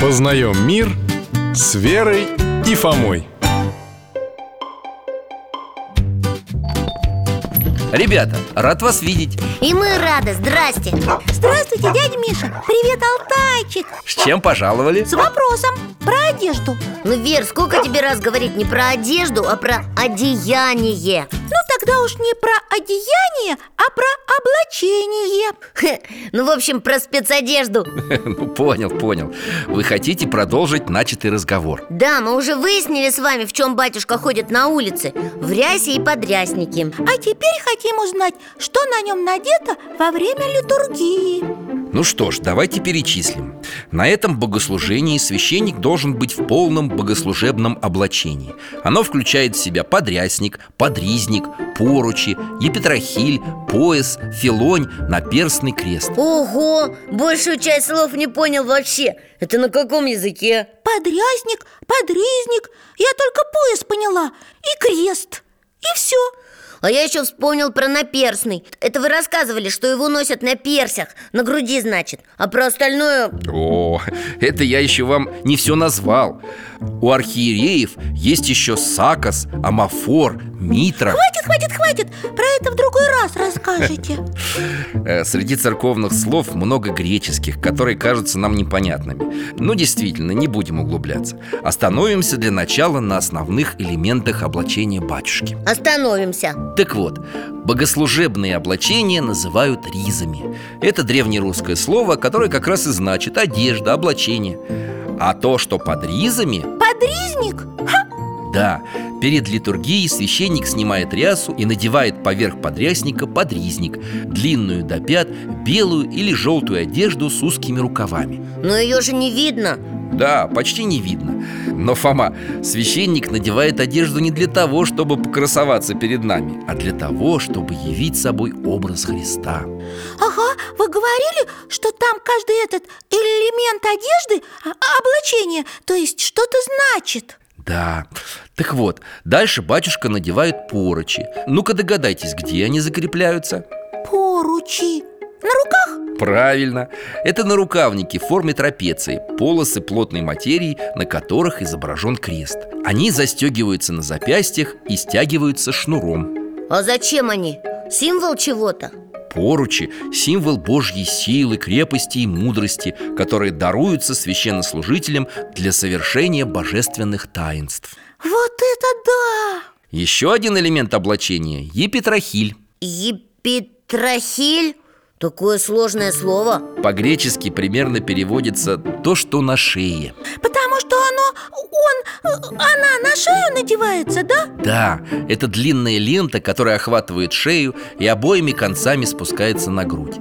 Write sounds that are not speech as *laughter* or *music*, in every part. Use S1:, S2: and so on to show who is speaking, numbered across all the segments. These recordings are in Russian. S1: Познаем мир с Верой и Фомой.
S2: Ребята, рад вас видеть
S3: И мы рады, здрасте
S4: Здравствуйте, дядя Миша Привет, Алтайчик
S2: С чем пожаловали?
S4: С вопросом про одежду
S3: Ну, Вер, сколько тебе раз говорить не про одежду, а про одеяние?
S4: Ну, тогда уж не про одеяние, а про облачение
S3: Хе, Ну, в общем, про спецодежду
S2: *laughs* Ну, понял, понял Вы хотите продолжить начатый разговор
S3: Да, мы уже выяснили с вами, в чем батюшка ходит на улице В рясе и подряснике
S4: А теперь хотим узнать, что на нем надето во время литургии
S2: Ну что ж, давайте перечислим На этом богослужении священник должен быть в полном богослужебном облачении Оно включает в себя подрясник, подризник, поручи, епитрахиль, пояс, филонь, наперстный крест
S3: Ого, большую часть слов не понял вообще Это на каком языке?
S4: Подрязник, подрезник Я только пояс поняла И крест И все
S3: А я еще вспомнил про наперстный Это вы рассказывали, что его носят на персях На груди, значит А про остальное...
S2: О, это я еще вам не все назвал У архиереев есть еще сакос, амафор, митра
S4: Хватит, хватит, хватит Про это в другой раз расскажете
S2: Э, Среди церковных слов много греческих, которые кажутся нам непонятными Ну, действительно, не будем углубляться Остановимся для начала на основных элементах облачения батюшки
S3: Остановимся
S2: Так вот, богослужебные облачения называют ризами Это древнерусское слово, которое как раз и значит одежда, облачение А то, что под ризами,
S4: Подрезник?
S2: да, перед литургией священник снимает рясу и надевает поверх подрясника подризник, длинную до пят, белую или желтую одежду с узкими рукавами.
S3: Но ее же не видно
S2: Да, почти не видно. Но Фома, священник надевает одежду не для того, чтобы покрасоваться перед нами, а для того, чтобы явить собой образ Христа.
S4: Ага, вы говорили, что там каждый этот элемент одежды, а- а- облачение, то есть что-то значит
S2: Да. Так вот, дальше батюшка надевает поручи. Ну-ка догадайтесь, где они закрепляются?
S4: Поручи На руках?
S2: Правильно. Это нарукавники в форме трапеции, полосы плотной материи, на которых изображен крест. Они застегиваются на запястьях и стягиваются шнуром.
S3: А зачем они? Символ чего-то?
S2: Поручи – символ Божьей силы, крепости и мудрости, которые даруются священнослужителям для совершения божественных таинств.
S4: Вот это да!
S2: Еще один элемент облачения – епитрахиль.
S3: Епитрахиль? Такое сложное слово
S2: По-гречески примерно переводится «то, что на шее».
S4: Потому что оно, он, э, она на шею надевается, да?
S2: Да, это длинная лента, которая охватывает шею и обоими концами спускается на грудь.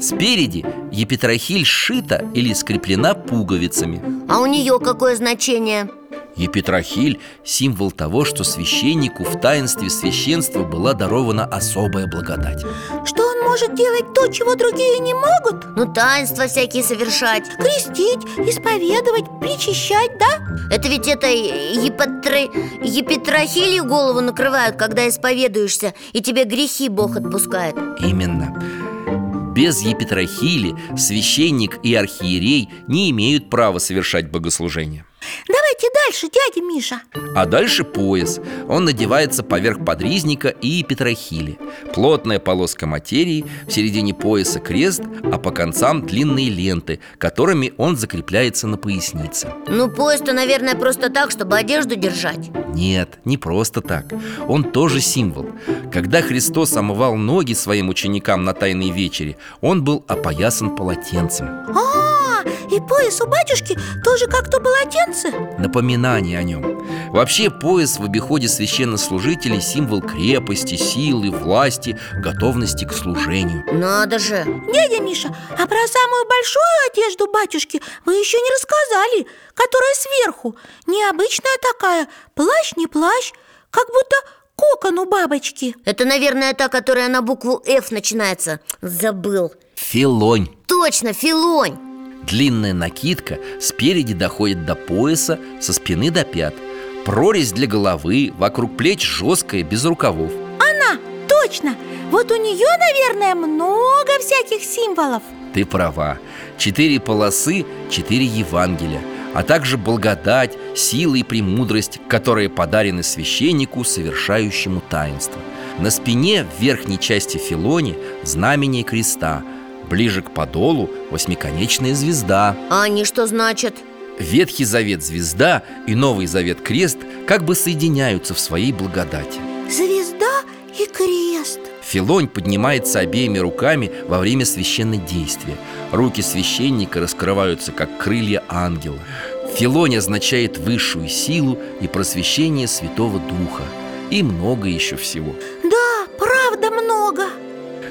S2: Спереди епитрахиль сшита или скреплена пуговицами.
S3: А у нее какое значение?
S2: Епитрахиль – символ того, что священнику в таинстве священства была дарована особая благодать.
S4: Что он может делать то, чего другие не могут?
S3: Ну, таинства всякие совершать
S4: Крестить, исповедовать, причащать, да?
S3: Это ведь это епитра... епитрахилью голову накрывают, когда исповедуешься И тебе грехи Бог отпускает
S2: Именно. Без епитрахили священник и архиерей не имеют права совершать богослужение.
S4: Давайте дальше, дядя Миша
S2: А дальше пояс. Он надевается поверх подризника и петрохили. Плотная полоска материи, в середине пояса крест, а по концам длинные ленты, которыми он закрепляется на пояснице.
S3: Ну, поезд-то, наверное, просто так, чтобы одежду держать
S2: Нет, не просто так. Он тоже символ. Когда Христос омывал ноги своим ученикам на Тайной вечере, он был опоясан полотенцем.
S4: А, и пояс у батюшки тоже как-то полотенце
S2: Напоминание о нем. Вообще, пояс в обиходе священнослужителей – символ крепости, силы, власти, готовности к служению.
S3: Надо же
S4: Дядя Миша, а про самую большую одежду батюшки вы еще не рассказали, которая сверху Необычная такая, плащ не плащ, как будто кокон у бабочки
S3: Это, наверное, та, которая на букву F начинается Забыл
S2: Филонь.
S3: Точно, филонь
S2: Длинная накидка спереди доходит до пояса, со спины до пят. Прорезь для головы, вокруг плеч жесткая, без рукавов.
S4: Она, точно, вот у нее, наверное, много всяких символов
S2: Ты права. Четыре полосы, четыре Евангелия. а также благодать, сила и премудрость, которые подарены священнику, совершающему таинство. На спине в верхней части филони знамение креста, ближе к подолу восьмиконечная звезда.
S3: А они что значат?
S2: Ветхий завет звезда и Новый завет крест как бы соединяются в своей благодати.
S4: Звезда и крест
S2: Филонь поднимается обеими руками во время священнодействия. Руки священника раскрываются, как крылья ангела. Филонь означает высшую силу и просвещение Святого Духа. И много еще всего.
S4: Да, правда много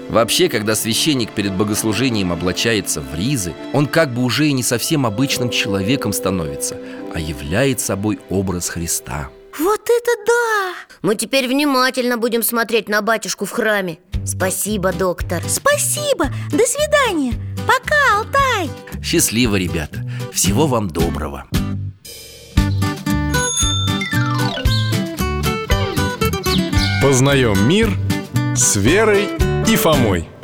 S2: Вообще, когда священник перед богослужением облачается в ризы, он как бы уже и не совсем обычным человеком становится, а являет собой образ Христа.
S4: Вот это да!
S3: Мы теперь внимательно будем смотреть на батюшку в храме Спасибо, доктор
S4: Спасибо! До свидания! Пока, Алтай!
S2: Счастливо, ребята! Всего вам доброго!
S1: Познаем мир с Верой и Фомой.